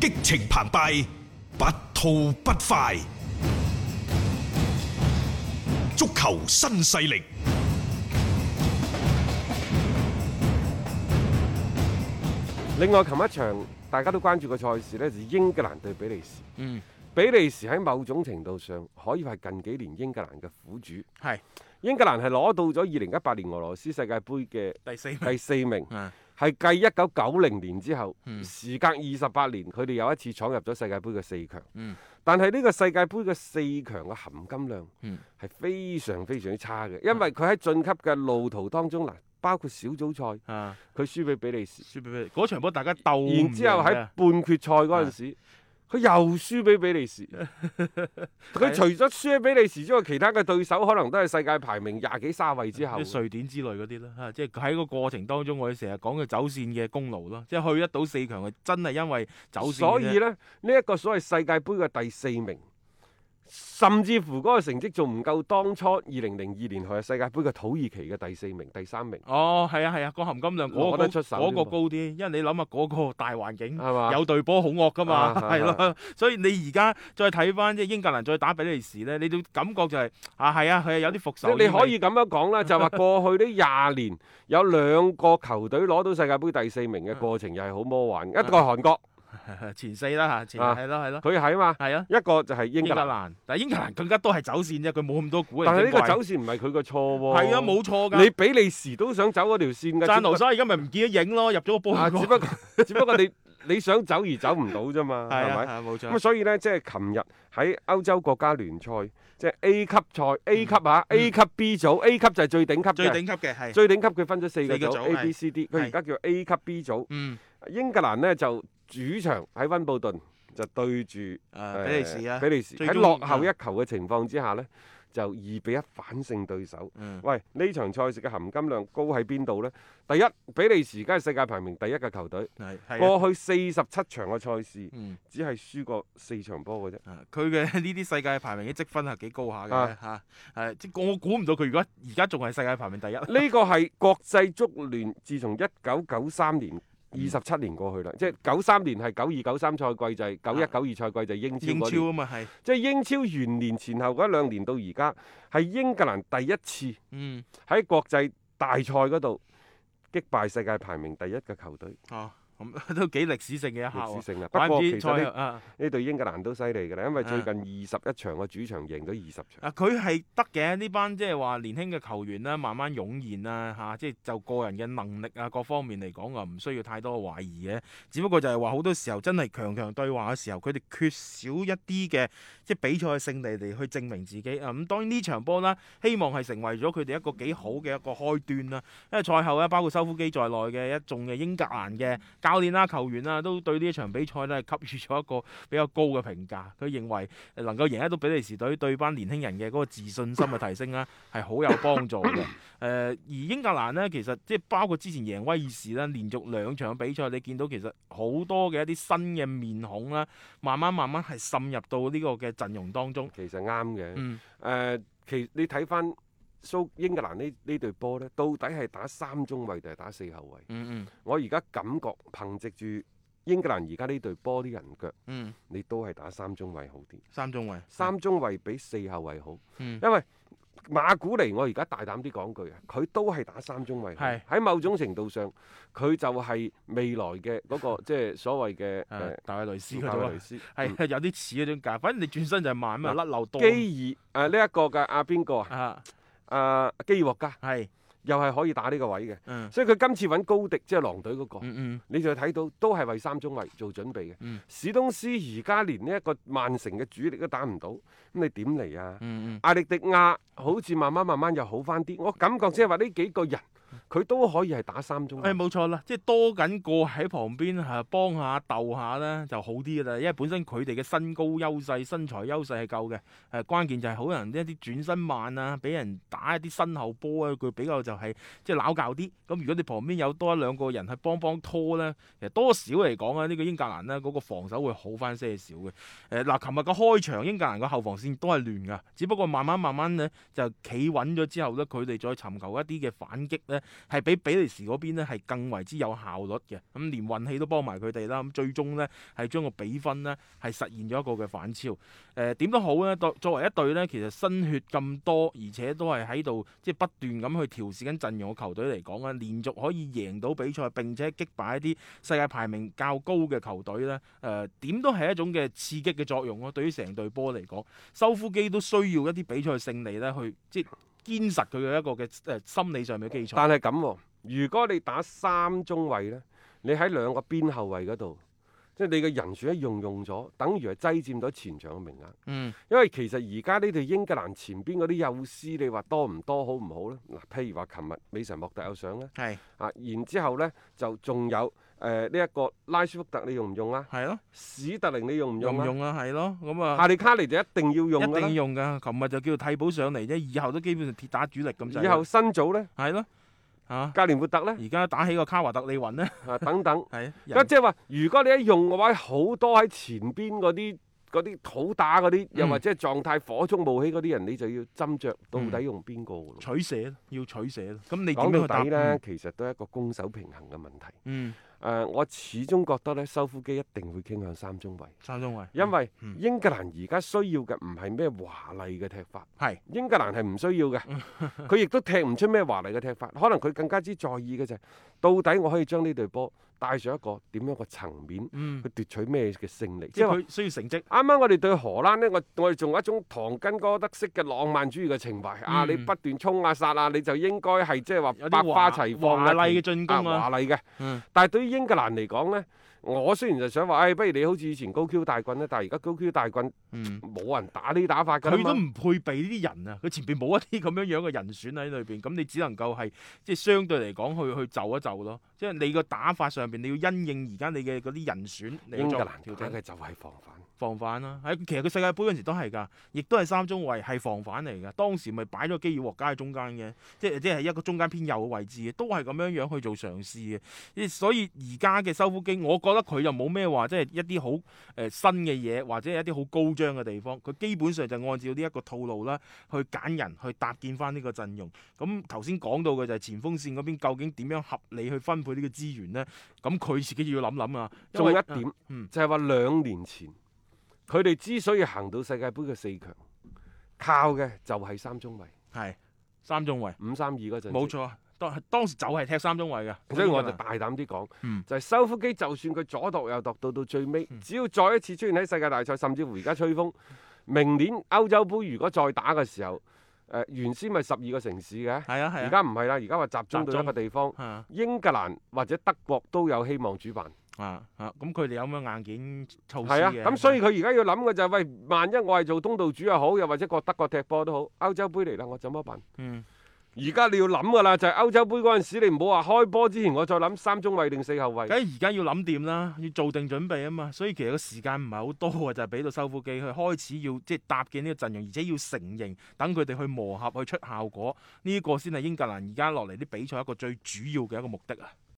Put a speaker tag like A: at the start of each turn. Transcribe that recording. A: 激情澎湃，不吐不快。足球新勢力，
B: 另外，琴一場大家都關注嘅賽事呢，就係英格蘭對比利時。
C: 嗯，
B: 比利時喺某種程度上可以係近幾年英格蘭嘅苦主。
C: 係
B: 英格蘭係攞到咗二零一八年俄羅斯世界盃嘅
C: 第四名。
B: 第四名，
C: 啊
B: 係繼一九九零年之後，
C: 嗯
B: 時隔二十八年，佢哋有一次闖入咗世界盃嘅四強。
C: 嗯
B: 但係呢個世界盃嘅四強嘅含金量
C: 嗯
B: 係非常非常之差嘅，因為佢喺晉級嘅路途當中嗱，包括小組賽
C: 啊，
B: 佢輸俾比利時，
C: 輸俾佢嗰場波大家鬥唔
B: 然之後喺
C: 贏嘅
B: 半決賽嗰陣
C: 啊
B: 時。佢又輸俾比利 時，佢除咗輸俾比利時之外，其他嘅對手可能都係世界排名廿幾卅位之後嘅。
C: 啲瑞典之類嗰啲啦，嚇、即係喺個過程當中，我哋成日講嘅走線嘅功勞咯，即係去得到四強係真係因為走線嘅啫。
B: 所以呢，呢、一個所謂世界盃嘅第四名，甚至乎嗰個成績仲唔夠當初二零零二年去嘅世界盃嘅土耳其嘅第四名、第三名，
C: 哦，係啊係啊，個含金量嗰、
B: 攞
C: 個
B: 得
C: 高
B: 出手
C: 嗰個
B: 添喎
C: 高啲，因為你諗下嗰個大環境。
B: 係嘛？
C: 有隊波好惡噶嘛，
B: 啊
C: 係咯，所以你而家再睇翻即係英格蘭再打比利時咧，你都感覺就係、啊係啊，佢係有啲復
B: 即
C: 仇意
B: 係
C: 味。
B: 你可以咁樣講啦，就 話過去呢廿年有兩個球隊攞到世界盃第四名 嘅過程又係好魔幻，一個
C: 啊
B: 係韓國，
C: 前四啦嚇，前
B: 啊
C: 係咯係咯，
B: 佢係啊嘛，
C: 係啊，
B: 一個就係英
C: 英
B: 格
C: 格
B: 蘭，
C: 蘭，但係英格蘭更加多係走線啫，佢冇咁多股。
B: 但係呢個
C: 正怪
B: 走線唔係佢個錯喎，
C: 係啊，冇錯㗎。
B: 你比利時都想走嗰條線㗎，
C: 贊
B: 只不
C: 奴沙而家咪唔見得影咯，入咗個波
B: 啊，
C: 入
B: 只
C: 咗
B: 不過 只不過你你想走而走唔到啫嘛，
C: 係
B: 係
C: 啊，係
B: 咪？
C: 啊冇錯
B: 咁。所以呢，即係琴日喺歐洲國家聯賽，即係 A 級賽、A 級嚇、A 級 B 組、A 級就係最頂級
C: 嗯最
B: 嘅。
C: 頂級嘅係，
B: 最頂級佢分咗四個
C: 四個
B: 組
C: 組
B: A、B、
C: 係
B: C、D，佢而家叫 A 級 B 組。
C: 嗯，
B: 英格蘭呢，就主場喺温布頓就對住
C: 誒
B: 呃
C: 比利時啊
B: 比，利時
C: 最
B: 喺
C: 終啊
B: 落後一球嘅情況之下呢，就二比一反勝對手。
C: 嗯
B: 喂，呢場賽事嘅含金量高喺邊度呢？第一，比利時而家係世界排名第一嘅球隊，
C: 係係啊，
B: 過去四十七場嘅賽事
C: 嗯
B: 只係輸過四場波嘅啫。
C: 啊佢嘅 呢啲世界排名嘅積分係幾高下
B: 啊
C: 嘅嚇，係即我估唔到佢如果而家仲係世界排名第一，
B: 呢個係國際足聯自從一九九三年。二
C: 嗯
B: 十七年過去啦，即係九三年係九二九三賽季就係九一九二賽季就係英超
C: 啊英
B: 嗰年
C: 超啊嘛係，
B: 即係英超元年前後嗰一兩年到而家，係英格蘭第一次
C: 嗯
B: 喺國際大賽嗰度擊敗世界排名第一嘅球隊，
C: 哦咁 都幾歷史性嘅一刻
B: 歷史
C: 喎，
B: 性啊！不
C: 怪唔
B: 過其實
C: 之賽
B: 呢
C: 啊
B: 呢隊英格蘭都犀利㗎啦，因為最
C: 啊
B: 近二十一場嘅主場贏咗二十場。
C: 啊佢係得嘅呢班即係話年輕嘅球員啦，慢慢湧現啦嚇，即係就個人嘅能力啊各方面嚟講啊，唔需要太多懷疑嘅。只不過就係話好多時候真係強強對話嘅時候，佢哋缺少一啲嘅即係比賽勝利嚟去證明自己啊。咁、當然呢場波啦，希望係成為咗佢哋一個幾好嘅一個開端啦。因為賽後咧，包括修夫基在內嘅一眾嘅英格蘭嘅教練啦、啊球員啦，都對呢一場比賽咧係給予咗一個比較高嘅評價。佢認為呃能夠贏得到比利時隊，對班年輕人嘅嗰個自信心嘅提升啦，係好有幫助 嘅。誒、而英格蘭呢，其實即係包括之前贏威爾士啦，連續兩場比賽，你見到其實好多嘅一啲新嘅面孔啦，慢慢慢慢係滲入到呢個嘅陣容當中。
B: 其實啱嘅。誒、
C: 嗯，
B: 其你睇翻蘇英格蘭呢呢隊波呢，到底係打三中衞定係打四後衞？
C: 嗯
B: 我而家感覺憑藉住英格蘭而家呢隊波啲人腳，
C: 嗯嗯，
B: 你都係打三中衞好啲。
C: 三中衞，
B: 三中衞比四後衞好，
C: 嗯
B: 因為馬古尼我而家大膽啲講句啊，佢都係打三中衞好，
C: 係
B: 喺某種程度上，佢就係未來嘅嗰、 個即係所謂嘅誒
C: 誒啊大衛雷斯嗰
B: 馬
C: 種
B: 古
C: 啊
B: 雷，斯，嗯
C: 係有啲似嗰種架，反正你轉身就係慢啊，
B: 嗱
C: 甩漏多
B: 基爾誒呢一個嘅阿邊個啊？
C: 啊，
B: 啊基爾獲加
C: 係，
B: 又係可以打呢個位嘅，
C: 嗯
B: 所以佢今次揾高迪即係狼隊嗰、個。
C: 嗯嗯，
B: 你就睇到都係為三中衞做準備嘅。
C: 嗯
B: 史東斯而家連呢一個曼城嘅主力都打唔到，咁你點嚟啊？
C: 嗯嗯，
B: 艾力迪亞好似慢慢慢慢又好翻啲，我感覺即係話呢幾個人佢都可以係打三中
C: 啊誒
B: 衞。
C: 冇錯啦，即係多緊個喺旁邊嚇幫下鬥下咧就好啲噶啦，因為本身佢哋嘅身高優勢、身材優勢係夠嘅，誒、關鍵就係可能一啲轉身慢啊，俾人打一啲身後波啊，佢比較就係、即係撈教啲。咁如果你旁邊有多一兩個人去幫幫拖咧，其實多少嚟講啊，呢、個英格蘭咧嗰、個防守會好翻些少嘅。誒、嗱，琴日嘅開場英格蘭個後防線都係亂噶，只不過慢慢慢慢咧就企穩咗之後咧，佢哋再尋求一啲嘅反擊咧，係比比利時嗰邊咧係更為之有效率嘅。咁連運氣都幫埋佢哋啦。咁最終呢，係將個比分呢係實現咗一個嘅反超。誒、呃點都好咧，作作為一隊呢，其實新血咁多，而且都係喺度即係不斷咁去調試緊陣容嘅球隊嚟講啊，連續可以贏到比賽並且擊敗一啲世界排名較高嘅球隊呢，誒、呃點都係一種嘅刺激嘅作用咯。對於成隊波嚟講，修夫基都需要一啲比賽勝利呢，去即係堅實佢嘅一個嘅誒、心理上面嘅基礎。
B: 但係咁喎，如果你打三中衞呢，你喺兩個邊後衞嗰度，即係你嘅人選一用用咗，等於係擠佔咗前場嘅名額。
C: 嗯，
B: 因為其實而家呢隊英格蘭前邊嗰啲幼師，你話多唔多好唔好呢？嗱，譬如話琴日美神莫特有上啦，
C: 係
B: 啊，然之後呢，就仲有誒呢一個拉舒福特，你用唔用啊？
C: 係咯，
B: 史特靈你用唔
C: 用
B: 用
C: 唔
B: 啊？
C: 用啊？係咯，咁啊。
B: 夏利卡尼就一定要用
C: 一
B: 㗎
C: 定要
B: 啦。
C: 用噶，琴日就叫替補上嚟啫，以後都基本上鐵打主力咁就。
B: 以後新組呢，
C: 係咯，啊，
B: 格連活特呢，
C: 而家打起個卡華特利雲咧，
B: 啊等 等。
C: 係
B: 咁即係話，如果你一用嘅話，好多喺前邊嗰啲嗰啲好打嗰啲，又
C: 嗯
B: 或者係狀態火中冒起嗰啲人，你就要斟酌到底用邊個㗎咯。
C: 取捨咯，要取捨咯。咁你點樣
B: 講
C: 去
B: 到
C: 打
B: 底呢，？其實都係一個攻守平衡嘅問題。
C: 嗯，
B: 誒、我始終覺得呢，修夫基一定會傾向三中衞，
C: 三中衞，
B: 因為
C: 嗯
B: 英格蘭而家需要嘅唔係咩華麗嘅踢法，
C: 係
B: 英格蘭係唔需要嘅，
C: 嗯
B: 佢亦都踢唔出咩華麗嘅踢法。可能佢更加之在意嘅就係、到底我可以將呢隊波帶上一個點樣嘅層面，
C: 嗯
B: 去，奪取咩嘅勝利。
C: 即
B: 即係話
C: 係佢需要成績。
B: 啱啱我哋對荷蘭呢，我我哋仲有一種唐根哥德式嘅浪漫主義嘅情懷、啊！
C: 嗯
B: 你不斷衝啊殺啊，你就應該係即係話
C: 有啲
B: 百花
C: 華
B: 齊放啊
C: 華麗嘅進攻啊
B: 華麗嘅。
C: 嗯
B: 但係對於英格蘭嚟講呢，我雖然就想話，誒、哎不如你好似以前高 Q 大棍呢，但係而家高 Q 大棍
C: 嗯。
B: 冇人打呢打法㗎啦
C: 佢都
B: 嘛。
C: 唔配備呢啲人啊！佢前邊冇一啲咁樣樣嘅人選喺裏邊，咁你只能夠係即係相對嚟講去去就一就咯。即係你個打法上邊，你要因應而家你嘅嗰啲人選嚟
B: 英格
C: 作
B: 蘭
C: 調
B: 打
C: 整
B: 嘅就係防範，
C: 防反啦、喺其實佢世界盃嗰陣時都係㗎，亦都係三中衞係防反嚟㗎。當時咪擺咗基爾獲加喺中間嘅，即係即係一個中間偏右嘅位置嘅，都係咁樣樣去做嘗試嘅。即係所以而家嘅修夫基，我覺得佢又冇咩話，即係一啲好誒新嘅嘢，或者係一啲好高張嘅地方。佢基本上就按照呢一個套路啦，去揀人去搭建翻呢個陣容。咁頭先講到嘅就係前鋒線嗰邊究竟點樣合理去分配呢個資源呢？咁佢自己要諗諗啊。因
B: 仲
C: 為
B: 有一點，
C: 嗯
B: 就係話兩年前佢哋之所以行到世界盃嘅四強，靠嘅就係三中衞
C: 係三中衞。
B: 五三二嗰陣。
C: 冇錯啊，當當時就係踢三中衞嘅，
B: 所以我就大膽啲講，
C: 嗯
B: 就係修夫基，就算佢左度右度到到最尾，只要再一次出現喺世界大賽，甚至乎而家吹風，明年歐洲杯如果再打嘅時候，誒、原先咪十二個城市嘅，
C: 係啊係
B: 而
C: 啊，
B: 家唔係啦，而家話集中到
C: 集
B: 一
C: 中
B: 個地方，
C: 啊
B: 英格蘭或者德國都有希望主辦，
C: 啊啊，咁佢哋有咩硬件措施
B: 係啊，
C: 嘅？
B: 咁所以佢而家要諗嘅就係、喂，萬一我係做東道主又好，又或者個德國踢波都好，歐洲杯嚟啦，我怎麼辦？
C: 嗯
B: 而家你要諗噶啦，就係、歐洲杯嗰陣時，你唔好話開波之前我再諗三中衞定四後衞
C: 梗。係而家要諗掂啦，要做定準備啊嘛，所以其實個時間唔係好多啊，就係俾到修夫基去開始要即係搭建呢個陣容，而且要成型，等佢哋去磨合去出效果，呢、個先係英格蘭而家落嚟啲比賽一個最主要嘅一個目的啊。